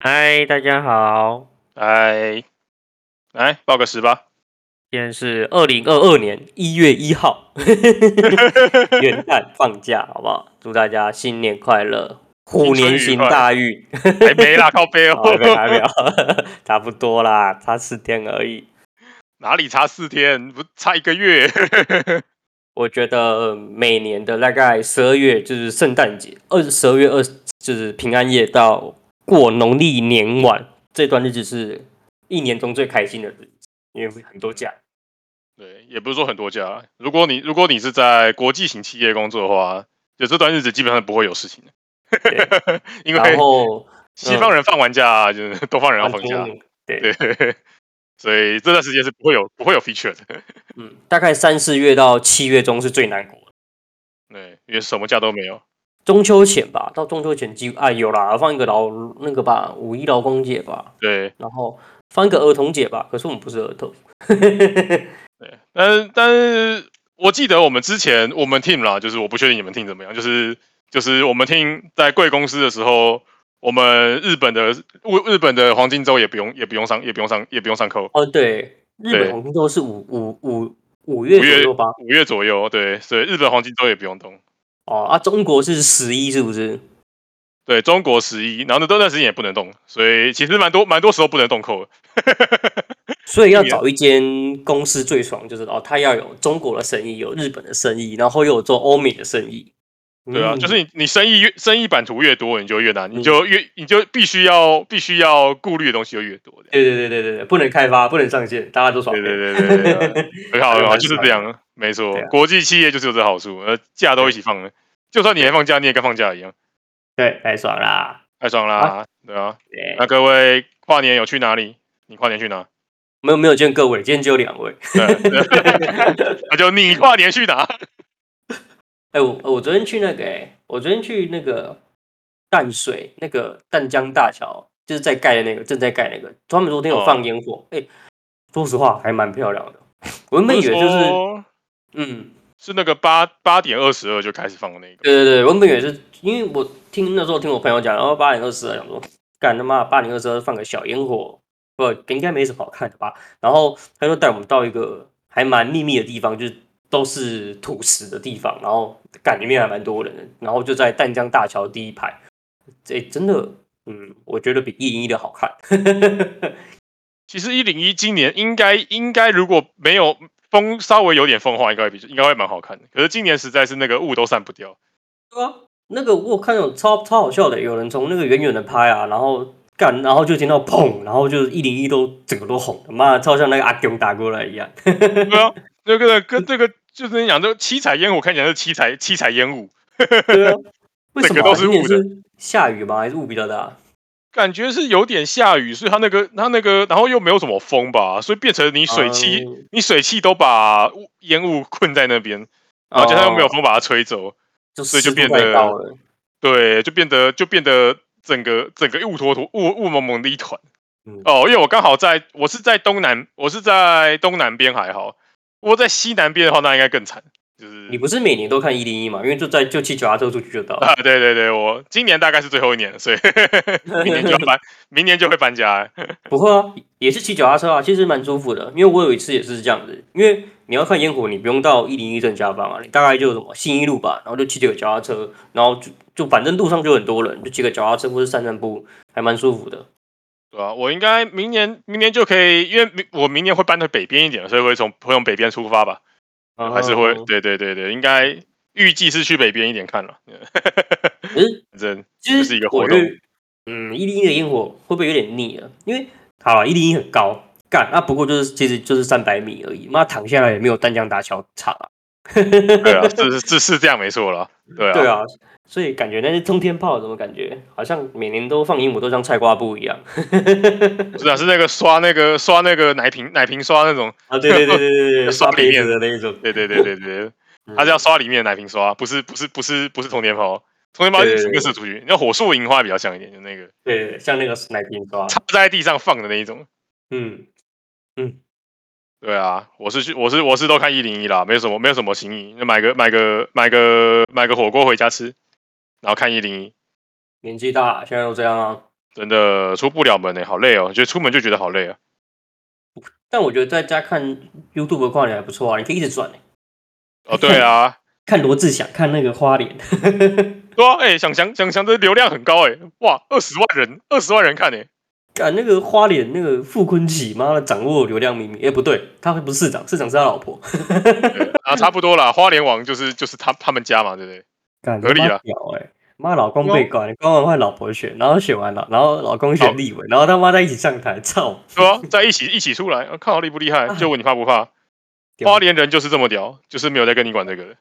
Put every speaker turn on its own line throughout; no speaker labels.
嗨，大家好，
哎，来报个时吧。
今天是二零二二年一月一号，元旦放假，好不好？祝大家新年快乐，虎
新
年
春愉
行
快
大运。
还没啦，靠背哦
好，还没有，还没有， 差不多啦，差四天而已。
哪里差四天？不差一个月。
我觉得每年的大概十二月就是圣诞节，二十二月二十就是平安夜到过农历年晚这段日子是一年中最开心的日子，因为很 多假。
对，也不是说很多假。如果你如果你是在国际型企业工作的话，就这段日子基本上不会有事情的，因
然
为
后
西方人放完假、就是都放人要放假，
对，
对， 所以这段时间是不会有不会有 feature 的，
嗯，大概三四月到七月中是最难过的，
对，因为什么假都没有。
中秋前吧，到中秋前几乎啊有啦，放一个劳那个吧，五一劳工节吧，
对
然后放一个儿童节吧，可是我们不是儿童，
对，但是但是我记得我们之前我们 team 啦，就是我不确定你们 team 怎么样，就是就是我们 team 在贵公司的时候，我们日本的日日本的黄金周也不用也不用上也不用上也不用上扣，
哦，对，日
对
本红都是五五五五月
五
左
月
右吧？
五月左右，对，所以日本黄金周也不用动。
哦啊，中国是十一是不是？
对中国十一，然后呢，这段时间也不能动，所以其实蛮多蛮多时候不能动扣的。
所以要找一间公司最爽就是哦，它要有中国的生意，有日本的生意，然后又有做欧美的生意。
对啊，
嗯
就是你你生意越生意版图越多，你就越难，
嗯
你就越你就必须要必须要顾虑的东西就越多。这样
对对对对对对，不能开发，不能上线，大家都爽。
对对对对对对， 很好很好，就是这样，没错
对啊。
国际企业就是有这好处，呃，假都一起放了，就算你还放假，你也跟放假一样，
对，太爽啦！
太爽啦，对啊。
对，
那各位跨年有去哪里？你跨年去哪？
没有没有见各位，今天只有两位。
对 那就你跨年去哪？
哎、我我昨天去那个、哎，我昨天去那个淡水那个淡江大桥，就是在盖的那个，正在盖那个，他们昨天有放烟火，哎、说实话还蛮漂亮的。我原本以为就是，
说
嗯，
是那个八八点二十二就开始放的那个，
对对对，我原本以为是因为我听那时候听我朋友讲，然后八点二十二，啊想说干他妈八点二十二放个小烟火，不应该没什么好看的吧？然后他就带我们到一个还蛮秘密的地方，就是都是土石的地方，然后干里面还蛮多人的，然后就在淡江大桥第一排，哎，真的，嗯，我觉得比一零一的好看，
其实一零一今年应该应该如果没有风稍微有点风的话，应该会比应该会蛮好看的。可是今年实在是那个雾都散不掉，
对啊，那个我有看有超超好笑的，有人从那个远远的拍啊，然后干，然后就听到砰，然后就是一零一都整个都红了，妈的，超像那个阿公打过来一样。
对啊，那个跟这个就是跟你讲，这个七彩烟火看起来是七彩七彩烟雾，
对啊， 为什
整
么
个
啊、
都是
今年
雾的
是下雨吗？还是雾比较大？
感觉是有点下雨，所以它那个它那个，然后又没有什么风吧，所以变成你水汽，
嗯
你水汽都把雾烟雾困在那边，然后加上又没有风把它吹走，
哦就
所以就
湿度
变
太
得
高了。
对，就变得就变得整个整个雾坨坨雾雾蒙蒙的一团。
嗯
哦，因为我刚好在我是在东南，我是在东南边还好，我在西南边的话，那应该更惨，就是
你不是每年都看一零一嘛？因为就在就骑脚踏车出去就到 了。
啊，对对对，我今年大概是最后一年了，所以 明年就要搬，明年就会搬家了。
不会啊，也是骑脚踏车啊，其实蛮舒服的。因为我有一次也是这样子，因为你要看烟火，你不用到一零一正下方啊，你大概就什么信义路吧，然后就骑着脚踏车，然后就就反正路上就很多人，就骑个脚踏车或者散散步，还蛮舒服的。
对啊，我应该明年明年就可以，因为明我明年会搬到北边一点，所以会从会从北边出发吧，哦还是会
嗯
对对对对，应该预计是去北边一点看了。
可是
反正
其实
这是一个活
我觉得
动
嗯，一零一的烟火会不会有点腻了？因为好了，一零一很高，干啊那、不过就是其实就是三百米而已，妈躺下来也没有单江大桥长啊。
对啊，是是是这样没错了。对啊，
对啊，所以感觉那些冲天炮怎么感觉好像每年都放鹦鹉都像菜瓜布一样
不是啊，是那个刷那个刷那个奶瓶奶瓶刷那种，
啊？对对对对对对，
刷
刷
杯
杯
子
子的那一种，
对对对对 对，他
嗯
是要刷里面的奶瓶刷，不是不是不是不是通天炮，通天炮
对
是
对
整个射出去，那火树银花比较像一点，就那个
对对对像那个奶瓶刷，
插在地上放的那一种。
嗯，
对啊，我是去我是我是都看一零一啦，没有什么没有什么新意，就买个买个买个买个火锅回家吃，然后看一零一，
年纪大现在都这样啊。
真的出不了门呢、好累哦，就出门就觉得好累啊。
但我觉得在家看 YouTube 的跨年还不错啊，你可以一直转、欸、
哦，对啊，
看罗志祥，看那个花脸，
对啊，哎、想想想想，这流量很高哎、哇，二十万人，二十万人看哎、
看那个花脸那个傅昆萁，妈的掌握流量秘密。哎、不对，他不是市长，市长是他老婆。
对啊，差不多啦，花莲王就是就是他他们家嘛，对不对？
干
合理啊
他妈屌哎、妈老公被告，刚完换老婆选，然后选完了，然后老公
好
选立委，然后他妈在一起上台，操！
对啊，在一起一起出来，啊看好厉不厉害，就问你怕不怕。
哎屌
花莲人就是这么屌，就是没有在跟你管这个的。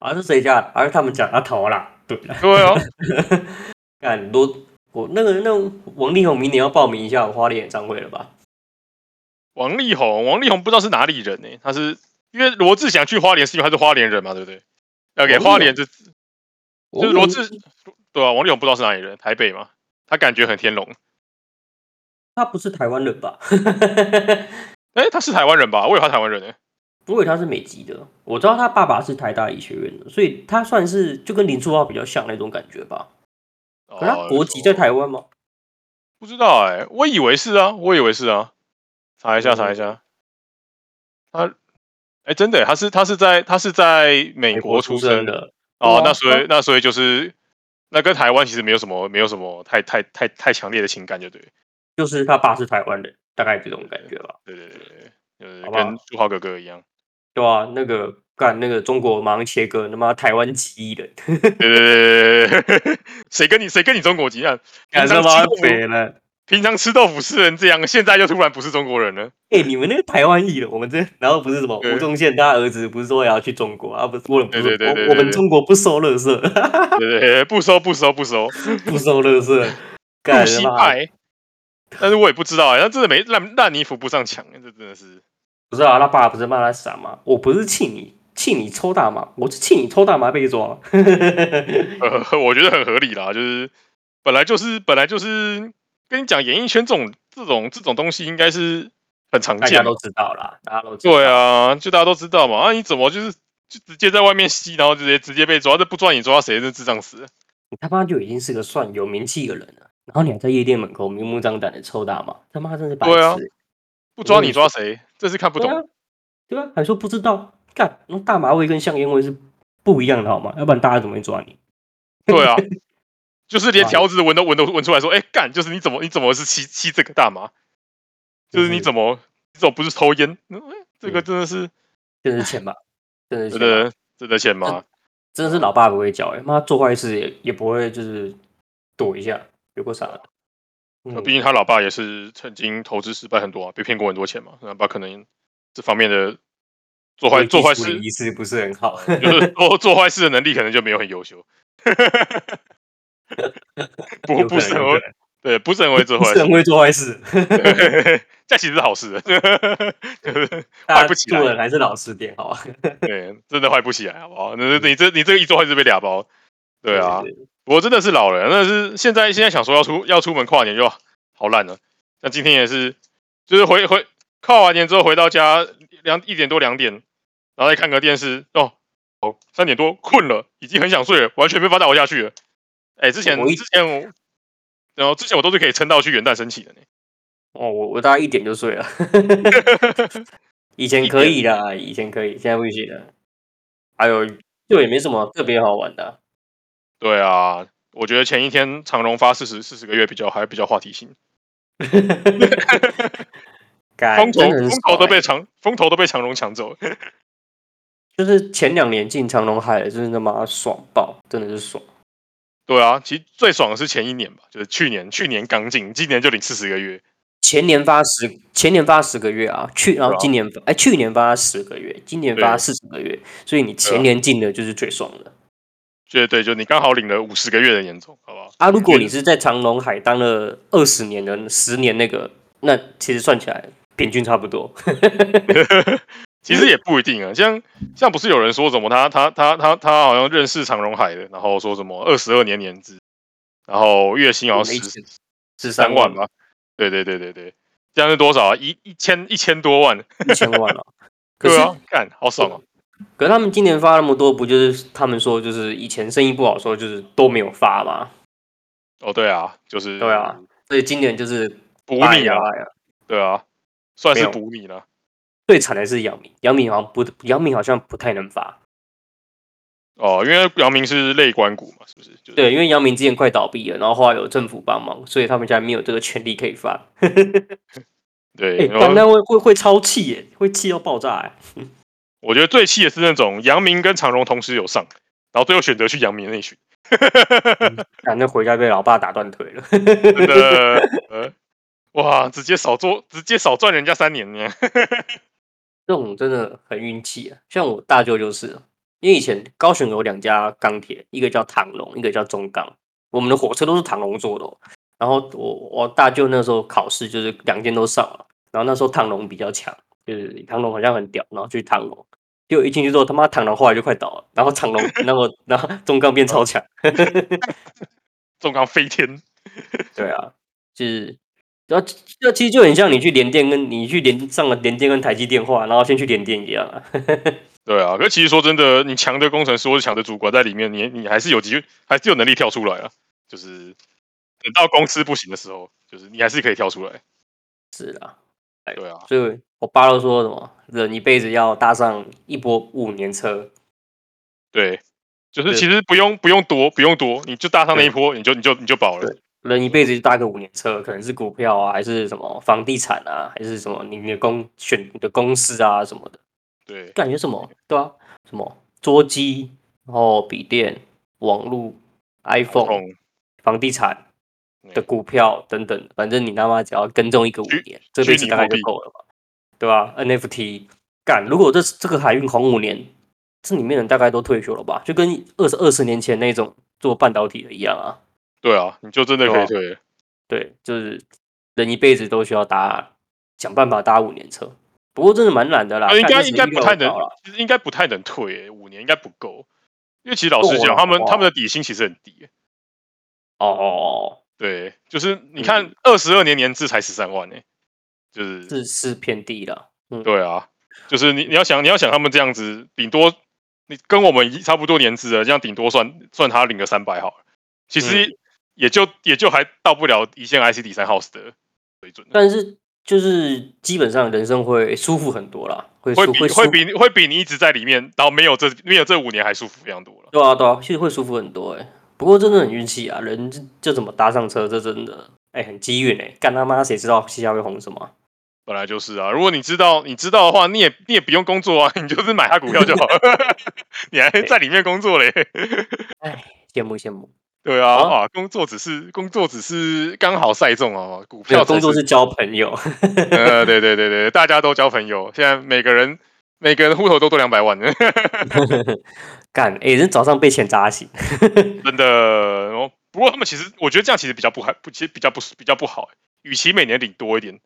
啊是谁家的？啊是他们家，啊逃啦，对啦，
对哦，
干罗我那个那种王力宏明年要报名一下我花莲演唱会了吧？
王力宏，王力宏不知道是哪里人呢、他是因为罗志祥去花莲是因为他是花莲人嘛，对不对？要给
王力宏
花莲这就是罗
王力宏
志，对啊，王力宏不知道是哪里人，台北嘛，他感觉很天龙。
他不是台湾人吧？
哎、他是台湾人吧？我以为他台湾人呢、
我以为他是美籍的，我知道他爸爸是台大医学院的，所以他算是就跟林书豪比较像那种感觉吧。
哦
可是他国籍在台湾吗？
不知道哎、我以为是啊，我以为是啊，查一
嗯
下查一下，他，哎、真的欸、他是他是在他是在美国出生的
的，
哦
对，啊
那所以那所以就是那跟台湾其实没有什么没有什么太太太太强烈的情感，就对了，
就是他爸是台湾人，大概这种感觉吧，
对对对对对，就是
好不好
跟朱豪哥哥一样，
对吧、那个干那个中国马上切割，他妈台湾几亿人，
对对对对对 对，谁跟你谁跟你中国籍啊？平
干 他
常
妈
吃豆腐，
北了。
平常吃豆腐是人这样，现在又突然不是中国人了，
哎、你们那个台湾裔的，我们这然后不是什么
对
吴宗宪他儿子不是说要去中国啊？不是，我们不是
对对对对对
我我们中国不收乐色，
对对对，不收不收不收，
不收 乐色，干
不惜
他妈
派。但是我也不知道哎、他真的没烂烂泥扶不上墙，这真的是
不是啊，他爸不是骂他傻吗？我不是气你，气你抽大麻，我是气你抽大麻被抓。
呃，我觉得很合理啦，就是本来就是本来就是跟你讲，演艺圈这种这种这种东西应该是很常
大
见
家
的
都，知道啦，大家都知道。
对啊，就大家都知道嘛，啊你怎么就是就直接在外面吸，然后直接直接被抓，这不抓你抓谁？这智障死！
你他妈就已经是个算有名气的人了，然后你还在夜店门口明目张胆的抽大麻，他妈真是白痴、
对啊不抓你
我
抓谁？这是看不
对啊
懂，，
对啊，还说不知道，干，那大麻味跟香烟味是不一样的好吗？要不然大家怎么会抓你？
对啊，就是连
妈的
条子闻都闻都闻出来说，哎干，就是你怎么你怎么是吸吸这个大麻？就是你
么
怎么你怎么不是抽烟？嗯这个
嗯啊
真的是
真 的是钱吧，真的
真
是钱吧，
的真的欠骂。
真的是老爸不会教、欸，妈做坏事也也不会就是躲一下，有过傻的。嗯
毕竟他老爸也是曾经投资失败很多啊，被骗过很多钱嘛。他老爸可能这方面的做坏做坏
处理
事，
意识不是很好。
就是 做做坏事的能力可能就没有很优秀。不
有可
不是
能
很
有可
会
能
对，不是很会做 坏
是很
事，
会做坏事，
这其实是好事，就是
大
坏
家
不起
做
来
人。还是老实点好啊。
对，真的坏不起来，好不好？那你这你这个一做坏事被俩包，对啊。
对，对
我真的是老了，那是现在现在想说要出要出门跨年就好烂了。那今天也是，就是回回跨完年之后回到家两一点多两点，然后再看个电视哦，哦三点多困了，已经很想睡了，完全没法倒下去了。哎，之前
我一
之前我，然后之前我都是可以撑到去元旦升旗的呢。
哦，我我大概一点就睡了， 以前可以啦，以前可以，现在不行了。
哎
还有，就也没什么特别好玩的 啊、
对啊，我觉得前一天长荣发四十四十个月比较还比较话题性，
干
风头
哎真的很
风头都
爽欸
被长风头都被长荣抢走了。
就是前两年进长隆海，真的妈爽爆，真的是爽。
对啊，其实最爽的是前一年吧，就是去年，去年刚进，今年就领四十个月，
前年发十，前年发十个月啊，去然后今年发，哎、去年发十个月，今年
对啊
发四十个月，所以你前年进的就是最爽的。
就对，就你刚好领了五十个月的年终，好不好？
啊，如果你是在长隆海当了二十年的十年那个，那其实算起来平均差不多。
其实也不一定啊，像像不是有人说什么他他他他他好像认识长荣海的，然后说什么二十二年年资，然后月薪好像十三
十三
万吧？对对对对对，这样是多少啊？一一千一千多万，
一千万 了、可
对
是，
啊，干好爽啊！
可是他们今年发那么多，不就是他们说就是以前生意不好，说就是都没有发嘛？
哦，对啊，就是
对啊，所以今年就是
补
哎
你
呀
啊，
哎呀，
对啊，算
没
是
有
补你了。
最惨的是姚明，姚明好像不，姚明好像不太能发。
哦，因为姚明是类关股嘛，是不是？就是、
对，因为姚明之前快倒闭了，然后后来有政府帮忙，所以他们家没有这个权利可以发。哎、
对，然后
单单会会会超气耶，会气到爆炸哎。
我觉得最气的是那种杨明跟长荣同时有上，然后最后选择去杨明那群，
反正回家被老爸打断腿了。
真的，呃，哇，直接少做，直接少赚人家三年呢。
这种真的很运气啊。像我大舅就是，啊因为以前高雄有两家钢铁，一个叫唐龙，一个叫中钢，我们的火车都是唐龙做的哦、然后我我大舅那时候考试就是两间都上了，然后那时候唐龙比较强，就是唐龙好像很屌，然后去唐龙。结果一进去之后，他妈唐龙后来就快倒了，然后唐龙，然后然后中钢变超强，
中钢飞天，
对啊，就是，然后这其实就很像你去联电跟你去联上了联电跟台积电话，然后先去联电一样啊。
对啊。可是其实说真的，你强的工程师或者强的主管在里面，你你还是有机会，还是有能力跳出来啊。就是等到公司不行的时候，就是你还是可以跳出来。
是啦，
对啊，
所以我爸都说什么，人一辈子要搭上一波五年车，
对，就是
对
其实不用不用多，不用多，你就搭上那一
对
波，你就你就你就饱了。
人一辈子就搭个五年车，可能是股票啊，还是什么房地产啊，还是什么你的公选你的公司啊什么的，
对，
感觉什么对啊，什么桌机，然后笔电、网络、iPhone、
痛
房地产的股票等等，反正你他妈只要跟踪一个五
虚
年，这辈
虚
子
拟
大概
货
就
币
够了吧？对吧、NFT 干，如果这这个海运红五年，这里面人大概都退休了吧？就跟二十二十年前那种做半导体的一样啊。
对啊，你就真的可
对啊
以退了。
对，就是人一辈子都需要搭，想办法搭五年车。不过真的蛮懒的啦，
啊，应
干
该
这
应该
只
不
预
太
料得
能
到啦，
其实应该不太能退、欸，五年应该不够，因为其实老实
够
讲，
了
他
好
们
不
他们
好
的底薪其实很低、欸，
哦哦哦
对，就是你看二十二年年资才十三万呢、欸，就是
哦，嗯是是偏低了。嗯，
对啊，就是你你要想你要想他们这样子，顶多你跟我们一差不多年资的，这样顶多算算他领个三百好了，其
嗯
实也就、也就还到不了一线 IC 第三 house 的水准了，
但是就是基本上人生会舒服很多啦，会
会
舒
比
舒
会比你会比你一直在里面，然后没有这没有这五年还舒服非常多了。
对啊，对啊，其实会舒服很多哎、不过真的很运气啊，人就就怎么搭上车，这真的哎、很机运哎。干他妈谁知道西夏会红什么啊？
本来就是啊，如果你知道你知道的话，你也你也不用工作啊，你就是买他股票就好了， 你还在里面工作嘞。
羡慕羡慕。
对啊，
好
啊，工作只是工作只是刚好赛中啊，股
没
票
有
才
工作是交朋友，
呃，对对对对，大家都交朋友，现在每个人每个人户头都多两百万，
干哎、人早上被钱砸醒。嗯
真的。然后不过他们其实我觉得这样其实比较不还不其实比较不比较不好，欸与其每年领多一点，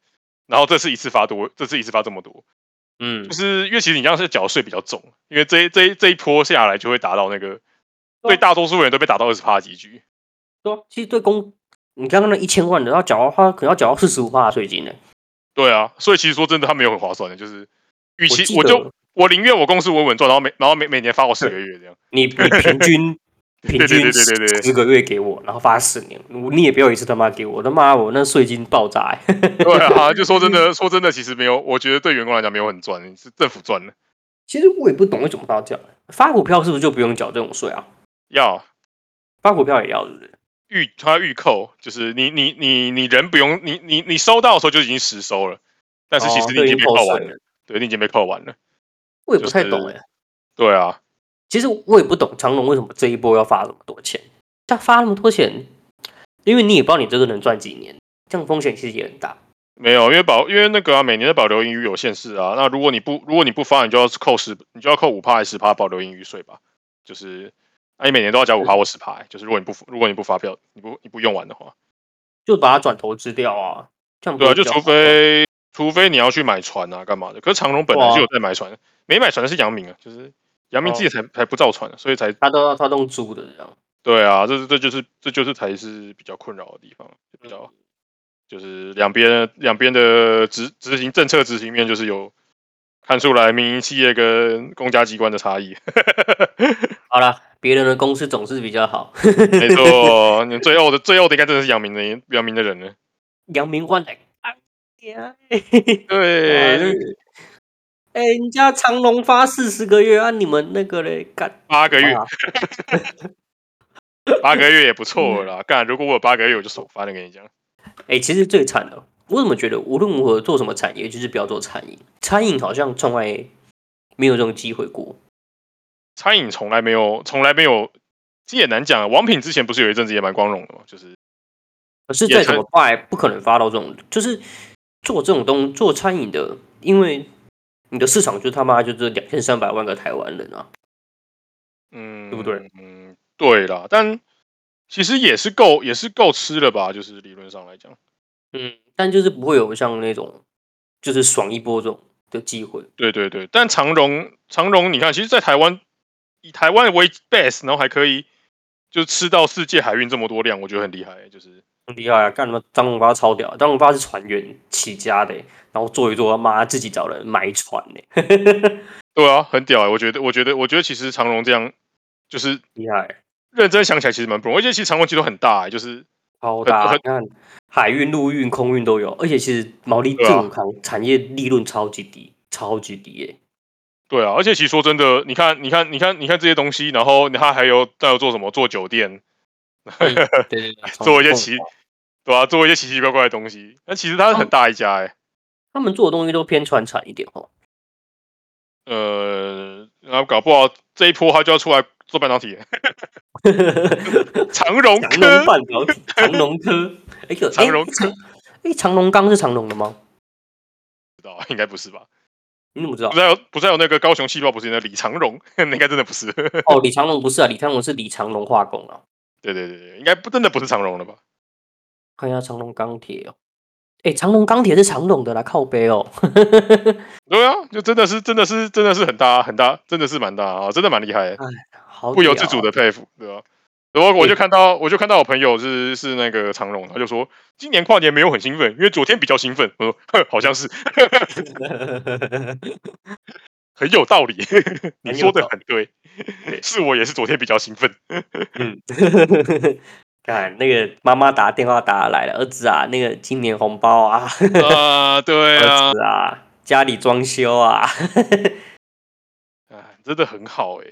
然后这次一次发多，这次一次发这么多，
嗯
就，是因为其实你这样是缴税比较重，因为这一这一这一波下来就会达到那个
对啊
对大多数人都被打到二十趴集聚。
对啊，其实对公，你刚刚那一千万的要缴到他可能要缴到四十五的税金呢、
对啊，所以其实说真的，他没有很划算的，就是与
我
其
记
我就
得
我宁愿我公司稳稳赚，然后每然后每每年发我十个月这样。
你你平 均平
对对
均
对对对对
十个月给我，然后发十年，你也不要一次他妈给我，他妈我那税金爆炸、欸。
对啊， 就说真的，说真的，其实没有，我觉得对员工来讲没有很赚，是政府赚的。
其实我也不懂为什么他要这样。发股票是不是就不用缴这种税啊？
要
发股票也要，是不是？
预他预扣，就是你你你你人不用你你你收到的时候就已经实收了，但是其
哦
实
对
你已经被
扣
扣
税
完
了
了，对你已经被扣完了。
我也
就
不太懂
是
哎、
对啊，
其实我也不懂长隆为什么这一波要发这么多钱，像发那么多钱，因为你也不知道你这个能赚几年，这样风险其实也很大。
没有，因为保因为那个啊，每年的保留盈余有限制啊。那如果你不如果你不发，你就要扣十，你就要扣五趴还是十趴保留盈余税吧。就是那、你每年都要缴五趴或十趴、欸就是如果你不如果你不发票，你不你不用完的话，
就把它转投资掉啊，这样不
对啊，
是
就
比
除
较好吗
非除非你要去买船啊，干嘛的？可是长荣本来
哇
就有在买船，没买船的是阳明啊，就是阳明自己
哦
才、才不造船、啊，所以才
他都要他都用租的这样。
对啊，这这就是这就是才是比较困扰的地方，就比较就是两边两边的执执行政策执行面就是有看出来民营企业跟公家机关的差异。
好啦，别人的公司总是比较好。
没错，你最后的最后的应该真的是阳明的阳明的人了。
阳明万来，哎呀，
对，那个
哎，人家长隆发四十个月啊，你们那个嘞，干
八个月
嘛
八个月也不错了啦。干，如果我有八个月，我就首发了，跟你讲。
哎、其实最惨的，我怎么觉得无论如何做什么产业，就是不要做餐饮。餐饮好像从来没有这种机会过。
餐饮从来没有，从来没有，这也难讲啊。王品之前不是有一阵子也蛮光荣的嘛，就是
可是
也
再怎
曾
么发，不可能发到这种，就是做这种东做餐饮的，因为你的市场就他妈就这两千三百万个台湾人啊，
嗯，
对不对？
嗯，对啦，但其实也是够，也是够吃了吧？就是理论上来讲，
嗯，但就是不会有像那种就是爽一波这种的机会。
对对对。但长荣，长荣，你看，其实，在台湾以台湾为 base，然后还可以就吃到世界海运这么多量，我觉得很厉害、欸就是
很厉害啊！干什么？张荣发超屌，张荣发是船员起家的欸、然后做一做，妈自己找人买船欸呢、
对啊，很屌、欸。我觉得，我觉得，我觉得，其实长荣这样就是
厉害欸，
认真想起来，其实蛮不容易。而且其实长荣其实都很大、欸，就是
超
很
大！
很
你看海运、陆运、空运都有，而且其实毛利这
对啊
种行产业利润超级低，超级低 耶、
对啊，而且其实说真的，你看，你看，你看，你看这些东西，然后他还有他有做什么？做酒店，
嗯对对对，
做一些
从
奇，对啊，做一些奇奇怪怪的东西。那其实它
哦
很大一家哎、
他们做的东西都偏传产一点哦。
呃，然后搞不好这一波他就要出来做半导体了， 长荣
长隆
科
半导 体，长隆科，哎呦，
长荣
哎长哎长隆钢是长隆的吗？
不知道哦应该不是吧？
你怎么知道
不？再有不再有那个高雄气泡，不是那李长荣， 那应该真的不是。
哦，李长龙不是啊，李长龙是李长龙化工啊。
对对对对，应该不真的不是长荣了吧？
看一下长隆钢铁哦，哎，长隆钢铁是长隆的啦，靠背哦。
对啊，就真的是真的是真的是很大很大，真的是蛮大啊，真的蛮厉害、欸。
好
不由
屌
自主
哦
的佩服，对吧？然后我就
对
看到，我就看到我朋友是是那个长荣，他就说今年跨年没有很兴奋，因为昨天比较兴奋。我说哼，好像是
啊
很有道理， 你
很有
说的
道
很对，是我也是昨天比较兴奋。
嗯， 看那个妈妈打电话打来了，儿子啊，那个今年红包啊，
啊，对
儿，子啊，家里装修啊，
哎真的很好哎、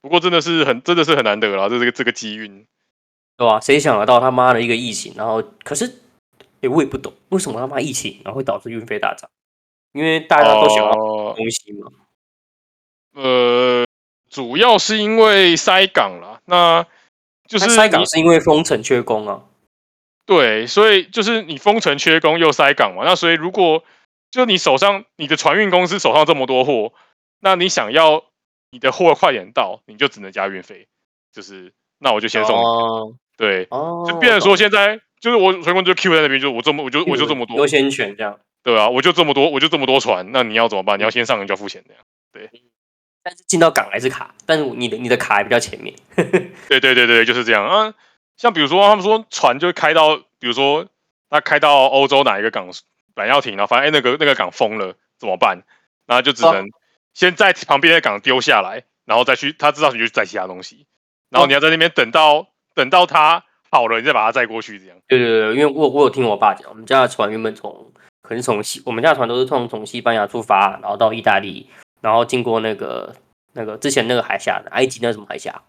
不过真的是很真的是很难得啦，这是个这个机运。
对吧、啊谁想得到他妈的一个疫情，然后可是，哎，我也不懂为什么他妈疫情然后会导致运费大涨，因为大家都想要
哦
东西嘛。
呃，主要是因为塞港啦，那就
就是塞港
你
是因为封城缺工啊，
对，所以就是你封城缺工又塞港嘛，那所以如果就你手上你的船运公司手上这么多货，那你想要你的货快点到，你就只能加运费，就是那我就先送你。
哦
对，
哦，
就变成说现在就是我船公就 Q 在那边，就是我这么我就
懂
我就这么
优
多，
先权这样。
对啊，我就这么多我就这么多船，那你要怎么办？你要先上你就要付钱的呀。
但是进到港还是卡，但是你的你的卡还比较前面，
对对对对，就是这样啊。像比如说他们说船就开到，比如说他开到欧洲哪一个港本来要停，然后发现哎那个那个港封了怎么办？然后就只
哦
能先在旁边的港丢下来，然后再去他知道你就载其他东西，然
哦
后你要在那边等到等到它好了，你再把它载过去这样。
对对对，因为我我有听我爸讲，我们家的船原本从可能从西，我们家的船都是从从西班牙出发，然后到意大利，然后经过那个那个之前那个海峡，埃及那什么海峡，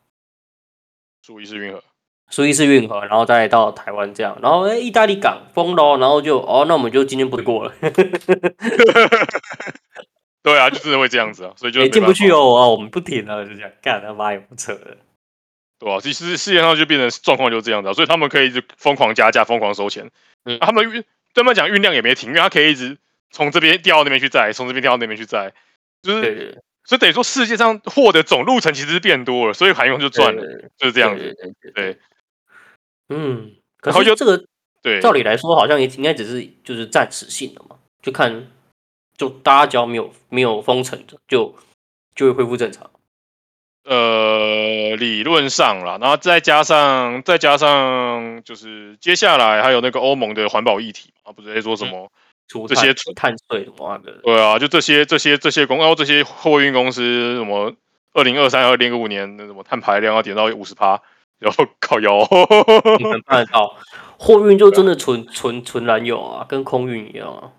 苏伊士运河，
苏伊士运河，然后再到台湾这样，然后哎，意大利港封喽，然后就哦，那我们就今天不过了，
对啊，就真的会这样子啊，所以就
也
没
进
办
不去
法，
哦，哦，我们不停了，就这样干他妈也不扯了，
对啊，其实世界上就变成状况就这样子、啊，所以他们可以就疯狂加价、疯狂收钱，
嗯
啊他们运对他们讲运量也没停，因为他可以一直从这边调到那边去载，从这边调到那边去载，就是
对对对，
所以等于说世界上获得总路程其实是变多了，所以韩用就赚了，就是这
这
样子。
对对
对，
嗯，可
然后
是
就
这个
对，
照理来说，好像也应该只是就是暂时性的嘛，就看就大家只要没有没有封城的，就就会恢复正常。
呃，理论上啦，然后再加上再加上就是接下来还有那个欧盟的环保议题啊，不是在说什么？
除
这
碳
些
碳税什么 的，
对啊，就这些这些这些公，然后这些货运公司什么二零二三、二零二五年那什么碳排量要减到五十趴，然后靠腰。
你们办得到？货运就真的纯纯纯燃油啊，跟空运一样啊，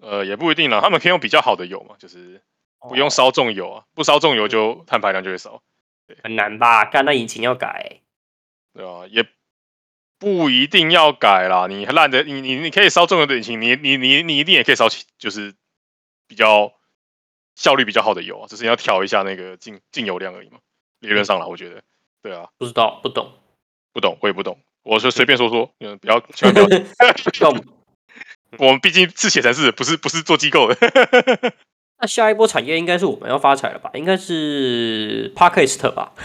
呃，也不一定啦，他们可以用比较好的油嘛，就是不
哦
用烧重油啊，不烧重油就碳排量就会少，
很难吧？干那引擎要改，
对吧、啊？也不一定要改啦，你烂的，你你你可以烧重油的引擎，你你你你一定也可以烧起，就是比较效率比较好的油啊，只是你要调一下那个进进油量而已嘛，理论上啦，我觉得，对啊，
不知道不懂，
不懂我也不懂，我是随便说说，嗯，不要千万不要
懂。
我们毕竟是写程式，不是不是做机构的。
那下一波产业应该是我们要发财了吧？应该是 Podcast 吧？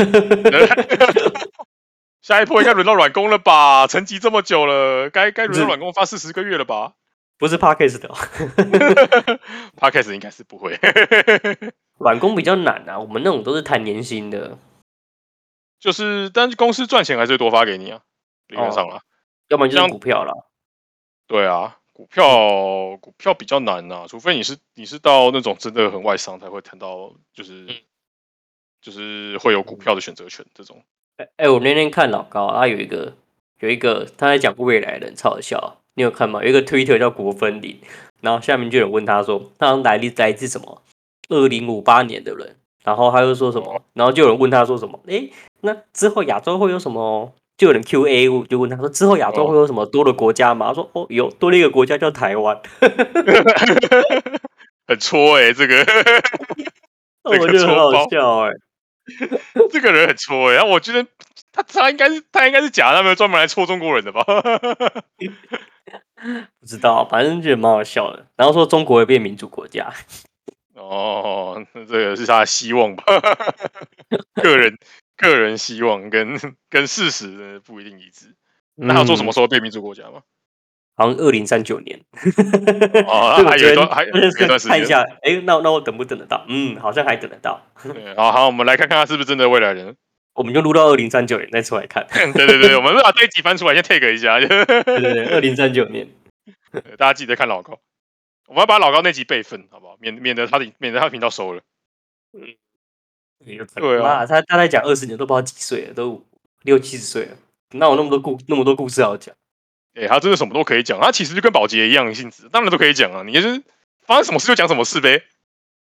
下一波应该轮到软工了吧？沉寂这么久了，该该轮到软工发四十个月了吧
不是 Podcast 哦，
？Podcast 应该是不会，
软工比较难啊，我们那种都是谈年薪的，
就是但是公司赚钱还是会多发给你啊，理论上啦。
要不然就是
像
股票啦。
对啊，股票股票比较难呐、除非你是你是到那种真的很外商才会谈到，就是、
嗯
就是会有股票的选择权这种。
哎、哎我那天看老高，他有一个有一个他在讲未来的人，超好笑。你有看吗？有一个 Twitter 叫国分林，然后下面就有人问他说，他来历来自什么？二零五八年的人，然后他又说什么？然后就有人问他说什么？哎、那之后亚洲会有什么？就有人 Q A 就问他说，之后亚洲会有什么多的国家吗？他说哦，有多了一个国家叫台湾。
很戳哎、这个
我
这个
觉哦得很
错
好
包
笑哎、
这个人很戳哎、然后我觉得他他应该是他应该是假的，他们专门来戳中国人的吧？
不知道，反正觉得蛮好笑的。然后说中国会变民主国家，
哦，那这个是他的希望吧？ 个人个人希望跟跟事实呃不一定一致。那他有说什么
嗯？
时候变民主国家 吗？
好像二零三九年。
哦，那
对，我
还
觉
有一
得
段还有
我
一
觉得
段时
看一
间。
下，哎，那那我等不等得到？嗯，好像还等得到，
对好好，我们来看看他是不是真的未来人。
我们就录到二零三九年再出来看。
对对对，我们把这一集翻出来先 take 一下，
对对 对，二零三九年，
大家记得看老高。我们要把老高那集备份，好不好？免免得他的免得他的频道收了。
哎
对啊
妈，他他在讲二十年都不知道几岁了，都六七十岁了，那我那么多故那么多故事要讲，
哎、他真的什么都可以讲，他其实就跟保洁一样性质，当然都可以讲啊。你就是发生什么事就讲什么事呗，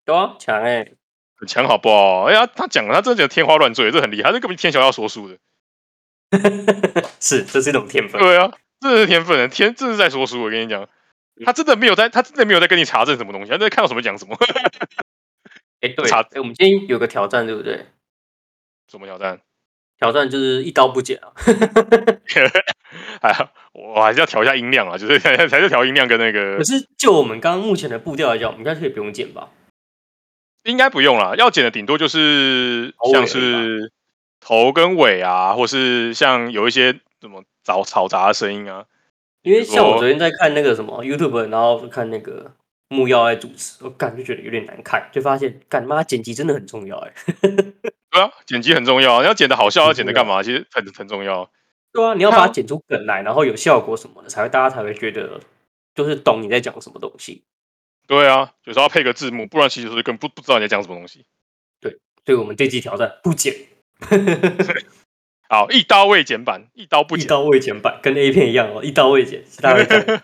对啊，强哎、
很强好不好？哎、呀，他讲了，他真的讲得天花乱坠，这很厉害，这根本天桥要说书的。
是，这是一种天分，
对啊，这是天分，天这是在说书。我跟你讲，他真的没有在，他真的没有在跟你查证什么东西，他在看到什么讲什么。
哎，对，
差
哎，我们今天有个挑战，对不对？
什么挑战？
挑战就是一刀不剪啊，
哎呀，我还是要调一下音量啊，就是 还是调音量跟那个
可是就我们刚刚目前的步调来讲，我们应该可以不用剪吧？
应该不用啦，要剪的顶多就是
头尾
像
而已吧
是头跟尾啊，或是像有一些什么嘈嘈杂的声音啊。
因为
比如
像我
说
昨天在看那个什么 YouTube，然后看那个木曜在主持，我感就觉得有点难看，就发现干妈剪辑真的很重要哎、
对啊，剪辑很重要，要剪的好笑，
很
要剪的
重要
干嘛？其实很很重要。
对啊，你要把它
那
剪出梗来，然后有效果什么的，才会大家才会觉得就是懂你在讲什么东西。
对啊，有时候要配个字幕，不然其实就是根本不不知道你在讲什么东西。
所以我们这期挑战不剪，
好，一刀未剪版，一刀不
一
剪。
刀未剪版，跟 A 片一样哦，一刀未剪，大家会看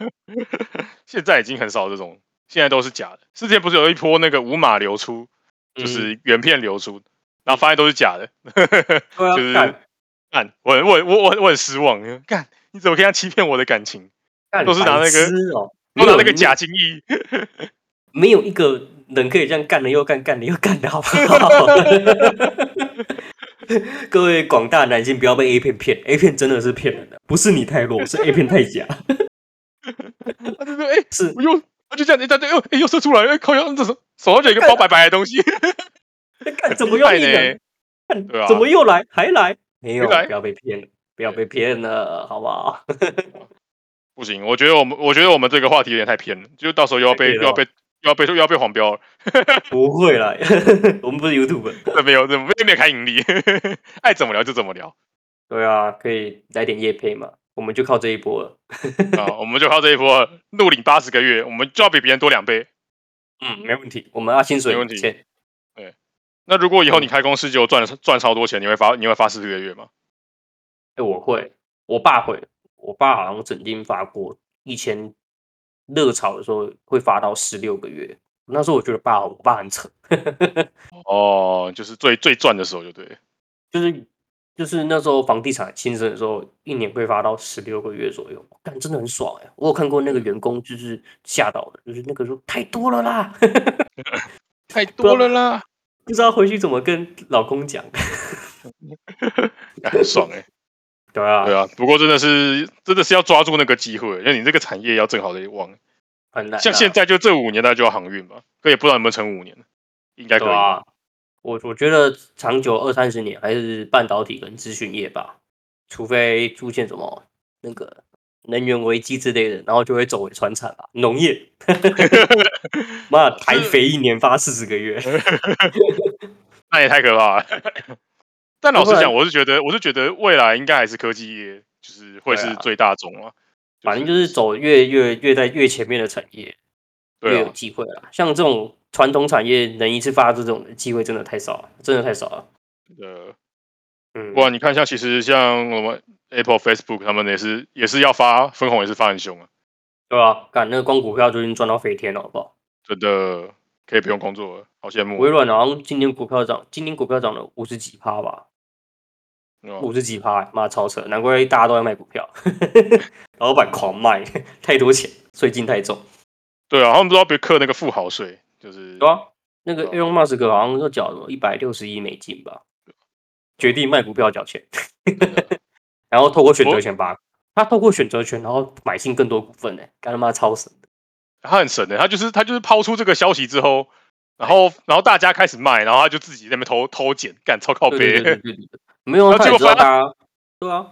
现在已经很少这种，现在都是假的。之前不是有一波那个无码流出，
嗯
就是原片流出，然后发现都是假的。
对啊，
就是
干
看，我很我很我我很我很失望，看你怎么可以这样欺骗我的感情？
干
都是拿那个
白痴哦，
我拿那
没有
个假情谊，
没有一个人可以这样干了又干，干了又干的，好 不好？各位广大男性，不要被 A 片骗，A 片真的是骗人的，不是你太弱，是 A 片 太假。
他就说哎，
是
哎我又他就这样，哎，他就又哎又射出来，哎靠，又这手手上就有一个包白白的东西，
干怎么又一人？干
对啊
怎么又来？还来？没有，
又来
不要被骗了，不要被骗了，好不好？
不行，我觉得我们，我觉得我们这个话题有点太偏了，就到时候又要被
太
又
偏了哦
要被又要被又要被黄标了，
不会啦， 我们不是 YouTube。
这没有，这没有开盈利， 爱怎么聊就怎么聊
对啊，可以来点夜配嘛，我们就靠这一波了。
啊，我们就靠这一波怒领八十个月，我们就要比别人多两倍。
嗯，没问题，我们按薪水
没问题
钱
那如果
嗯
以后你开公司就赚赚超多钱，你会发你会发四个月吗？
哎、我会，我爸会，我爸好像曾经发过，以前热炒的时候会发到十六个月。那时候我觉得爸，我爸很扯，
哦，就是最最赚的时候就对了，
就是就是那时候房地产新生的时候，一年会发到十六个月左右，干真的很爽哎、我有看过那个员工就是吓到了，就是那个说太多了啦，
太多了啦，
不知道回去怎么跟老公讲。
哎很爽哎、
对啊，
对啊，不过真的是真的是要抓住那个机会，因为你这个产业要正好的旺，
很难啊、
像现在就这五年大概就要航运吧，可也不知道有没有撑五年，应该可
对
以。
啊，我我觉得长久二三十年还是半导体跟咨询业吧，除非出现什么那个能源危机之类的，然后就会走回船产吧，农 业。 妈，台肥一年发四十个月，
嗯那也太可怕 了。但老实
不会
讲，我是觉得，我是觉得未来应该还是科技业，就是会
对
是
啊
最大宗了。
反正就是走越越越在越前面的产业
对
越有
啊，
机会啦。像这种传统产业能一次发这种的机会真的太少了，真的太少了。
呃，
嗯，
哇，你看一下，其实像我们 Apple、Facebook 他们也是也是要发分红，也是发很凶啊，
对啊，干那个光股票就已经赚到飞天了，好不好？
真的可以不用工作了，好羡慕
微。软好像今年股票涨，今年股票涨了五十几趴吧，
嗯
五十几趴、妈超扯，难怪大家都在卖股票， 老板狂卖，太多钱，税金太重，
对啊，他们都要别课那个富豪税，就是
对啊，那个
对啊
Elon Musk 好像就缴了一百六十亿美金吧，决定卖股票缴钱，
啊
然后透过选择权把，他透过选择权，然后买进更多股份呢、干他妈超神的，
他很神的、他就是他就是抛出这个消息之后，然后然后大家开始卖，然后他就自己在那边偷偷减，干超靠
对对
背。
对对对对，没有啊
然后
他
结果
也知道
发
大家，对啊，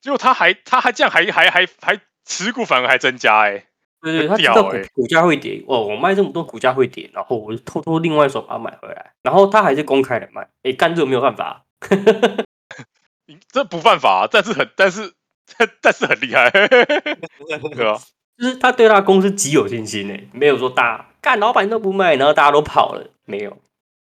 结果他还他还这样还还还还持股反而还增加哎、
对对，
很
他知
屌
道股
欸
股价会跌，哇，我卖这么多股价会跌，然后我就偷偷另外一手把它买回来，然后他还是公开的卖，哎，干这个没有办法，
你这不犯法、啊但是很但是 但是很厉害， 对啊，
就是他对他公司极有信心呢，欸没有说大干老板都不卖，然后大家都跑了，没有，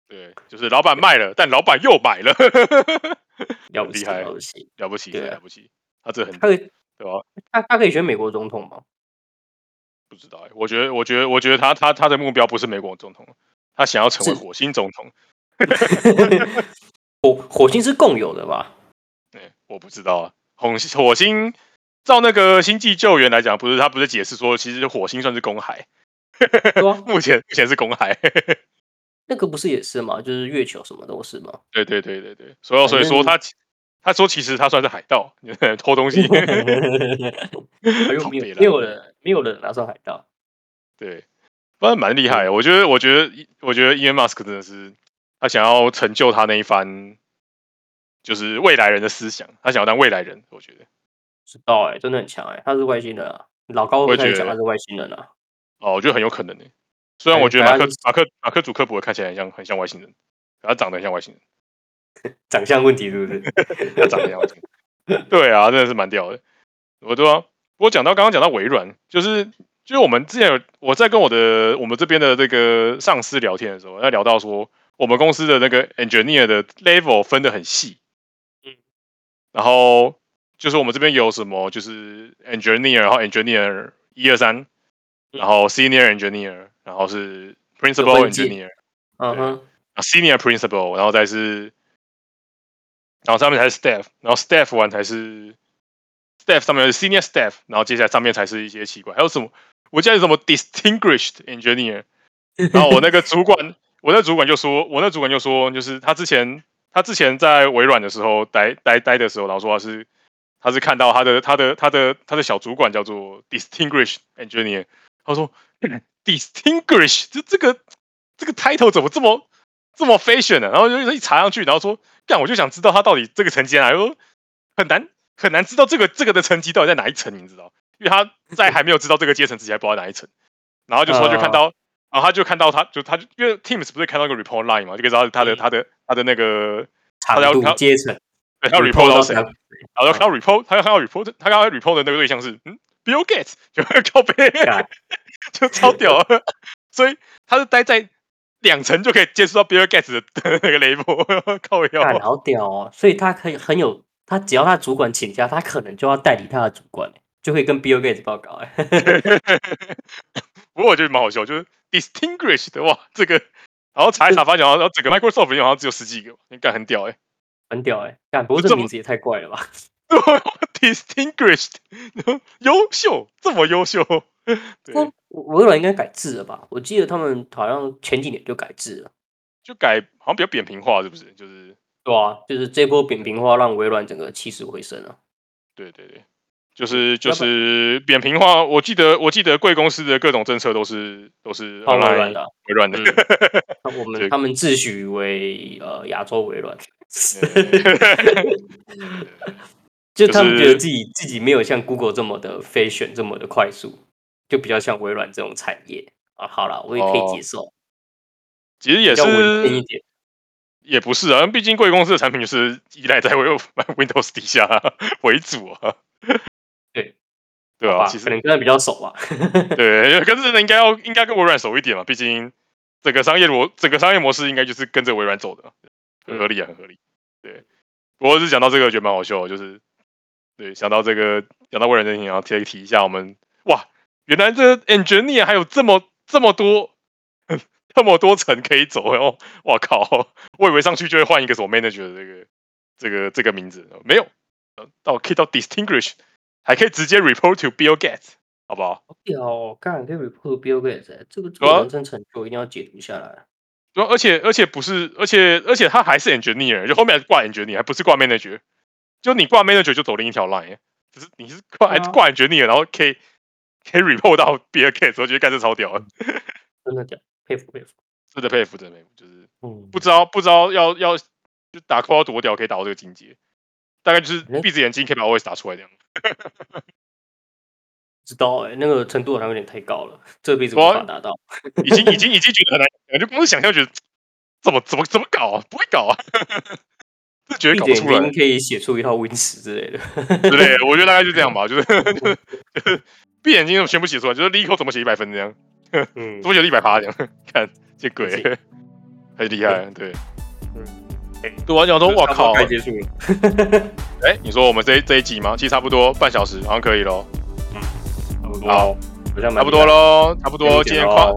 对，就是老板卖了，但老板又买了，
了不
厉
起
害
了不起，
了不起，
对啊
了不起，他这很
他可以
对吧、
他他可以选美国总统吗？
不知道哎、我觉得我觉得我觉得他他他的目标不是美国总统，他想要成为
是
火星总统，
火火星是共有的吧？
哎、我不知道啊，火星火星。照那个星际救援来讲，不是他不是解释说，其实火星算是公海，
对啊，
目前目前是公海，
那个不是也是吗？就是月球什么都是吗？
对对对对对，所以所以
反
说
正。
他其他说其实他算是海盗， 偷东西
哎呦，
靠
没
北啦
有没有人没有人拿上海盗，
对，不然蛮厉害的。我觉得我觉得我觉得 Elon Musk 真的是他想要成就他那一番，就是未来人的思想，他想要当未来人。我觉得
知道哎，真的很强哎，他是外星人啊，老高
我也
会开始
觉
讲
得
他是外星人啊。
哦，我觉得很有可能的。虽然
哎
我觉得马
反
克
正
马克马克主克不会看起来很像很像外星人，他长得很像外星人，
长相问题 是不是？
他长得很像外星人。 对啊，真的是蛮屌的。我对啊，我讲到刚刚讲到微软，就是就是我们之前有我在跟我的我们这边的这个上司聊天的时候，在聊到说我们公司的那个 engineer 的 level 分得很细，
嗯，
然后就是我们这边有什么就是 engineer，然后 engineer 一二三，然后 senior engineer，然后是 principal
嗯分界
engineer，
嗯哼，
啊 senior principal，然后再是，然后上面才是 staff，然后 staff 完才是 staff 上面是 senior staff，然后接下来上面才是一些奇怪，还有什么？我记得有什么 distinguished engineer，然后我那个主管，我那主管就说，我那主管就说，就是他之前他之前在微软的时候待待待的时候，然后说他是他是看到他的他的他的他的小主管叫做 distinguished engineer，他说 distinguished 这这个这个 title 怎么这么这么 fashion 的、然后就一查上去，然后说干，我就想知道他到底这个成绩在哪，我说很难很难知道这个这个的成绩到底在哪一层，你知道？因为他在还没有知道这个阶层之前，还不知道哪一层，然后就说就看到，然后他就看到他就他就因为 Teams 不是看到一个 report line 嘛，就可以知道他的他的他的那个
长
要
度
他
阶层，
对他 report 到谁，
哪
然后看到 report，他看到 report，他看到 report 的那个对象是嗯 Bill Gates，就 靠背
干，
就超屌， 所以他是待在两层就可以接触到 Bill Gates 的的那个雷波， 靠腰。
干好屌哦！所以他可以很有，他只要他主管请假，他可能就要代理他的主管，欸就可以跟 Bill Gates 报告。哎
不过我觉得蛮好笑，就是 distinguished 哇，这个，然后查一查发现，然后整个 Microsoft 里面好像只有十几个吧，你干很屌 哎、
很屌哎！干，不过
就这
这
么
名字也太怪了吧？
distinguished 优秀，这么优秀，对
那， 我微软应该改制了吧？我记得他们好像前几年就改制了。
就改好像比较扁平化，是不是？就是
对啊，就是这波扁平化让微软整个起死回生啊。
对对对，就是就
嗯要不
是扁平化。我记得我记得贵公司的各种政策都是都是
靠微
online
软的啊，
微软的，
嗯那我
这
们
个
他们自诩为呃亚洲微软，就他们觉
就
得
是
自己自己没有像 Google 这么的 fashion 这么的快速，就比较像微软这种产业啊。好了，我也可以
哦
接受，
其实也
比较稳定一
是
点。
也不是啊，毕竟贵公司的产品就是依赖在 Win- Windows 底下为主啊。
对
对
吧
啊，其
可能
实
跟他比较熟吧。
对，可是真的应该要应该跟微软熟一点嘛，毕竟整个商业模整个商业模式应该就是跟着微软走的，很合理啊，很合理。对，不过是讲到这个，觉得蛮好笑的，就是对想到这个讲到微软这情，然后提提一下我们哇，原来这 engineer 还有这么这么多 这么多层可以走，然后哇靠，我以为上去就会换一个什么 manager 的这个这个这个名字，没有，呃到可以到 distinguish，还可以直接 report to Bill Gates，好不好？
好屌哦，干可以 report Bill Gates，这个这
对
个
啊
人生成就一定要解读下来。
对啊，而且而且不是，而且而且他还是 engineer，就后面还是挂 engineer，还不是挂 manager。就你挂 manager 就走另一条 line，只是你是挂、
对啊
挂 engineer，然后可以可以 report 到别的 case，我觉得干这超屌的，
真的屌，佩服佩服。
真的佩服，真的佩服，就是
嗯，
不知道不知道要要就打 call 多屌，可以打到这个境界，大概就是
嗯
闭着眼睛可以把 OS 打出来这样。
知道哎、那个程度好像有点太高了，这辈子无
我
法达到。
已经已经已经觉得很难想象，就光是想象觉得怎么怎么怎么搞啊，不会搞啊， 这绝
闭
对搞
着
不
眼
出来
睛。可以写出一套 Win 词之类的。
之类的。我觉得大概就这样吧，就是就是就是闭眼睛全部写出来，就是 l i c o 怎么写一百分这样，
嗯
怎，么写一百趴这样，看这鬼
自己
太厉害了，对，
嗯哎
对我想说，我靠，
该结束了。
哎，你说我们这一这一集吗？其实差不多半小时，好像可以喽，
差不多，
好
好像蛮
差不多喽，差不
厉害
多。
的
今年跨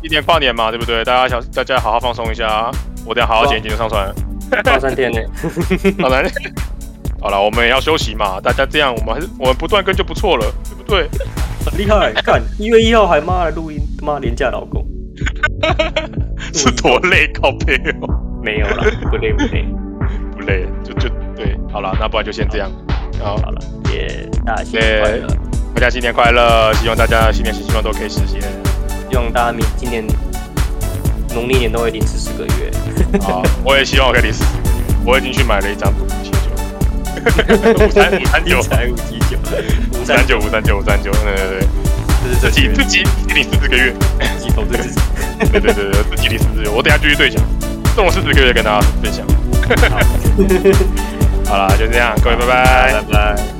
今年跨年嘛，对不对？大家想大家好好放松一下，啊我等一下好好剪一剪就上传了。
放三天呢、
好难。 好了，我们也要休息嘛，大家这样，我们还是我们不断更就不错了，对不对？
嗯很厉害。看一月一号还妈的录音，他妈廉价老公
是多累，靠背哦。
嗯没有了，不累不累。
不累，就就对，好了，那不然就先这样，好，
好了，也大家新年快乐，
大家新年快乐，希望大家新年新希望都可以实 现，
希望大家明今年农历年都会零十四个 月。
好，我也希望我可以离四十个月，我已经去买了一张五七九，五三五三九
一。财五七 九，五
五三
三九，
九五三九五三九，对对对，
这是
自
这
己
几
自己离四十个月，
自己投资自己。
对对对对，自己离四十个月，我等一下继续兑奖，中了四十个 月跟大家分享。好啦，就这样，各位拜拜
拜拜。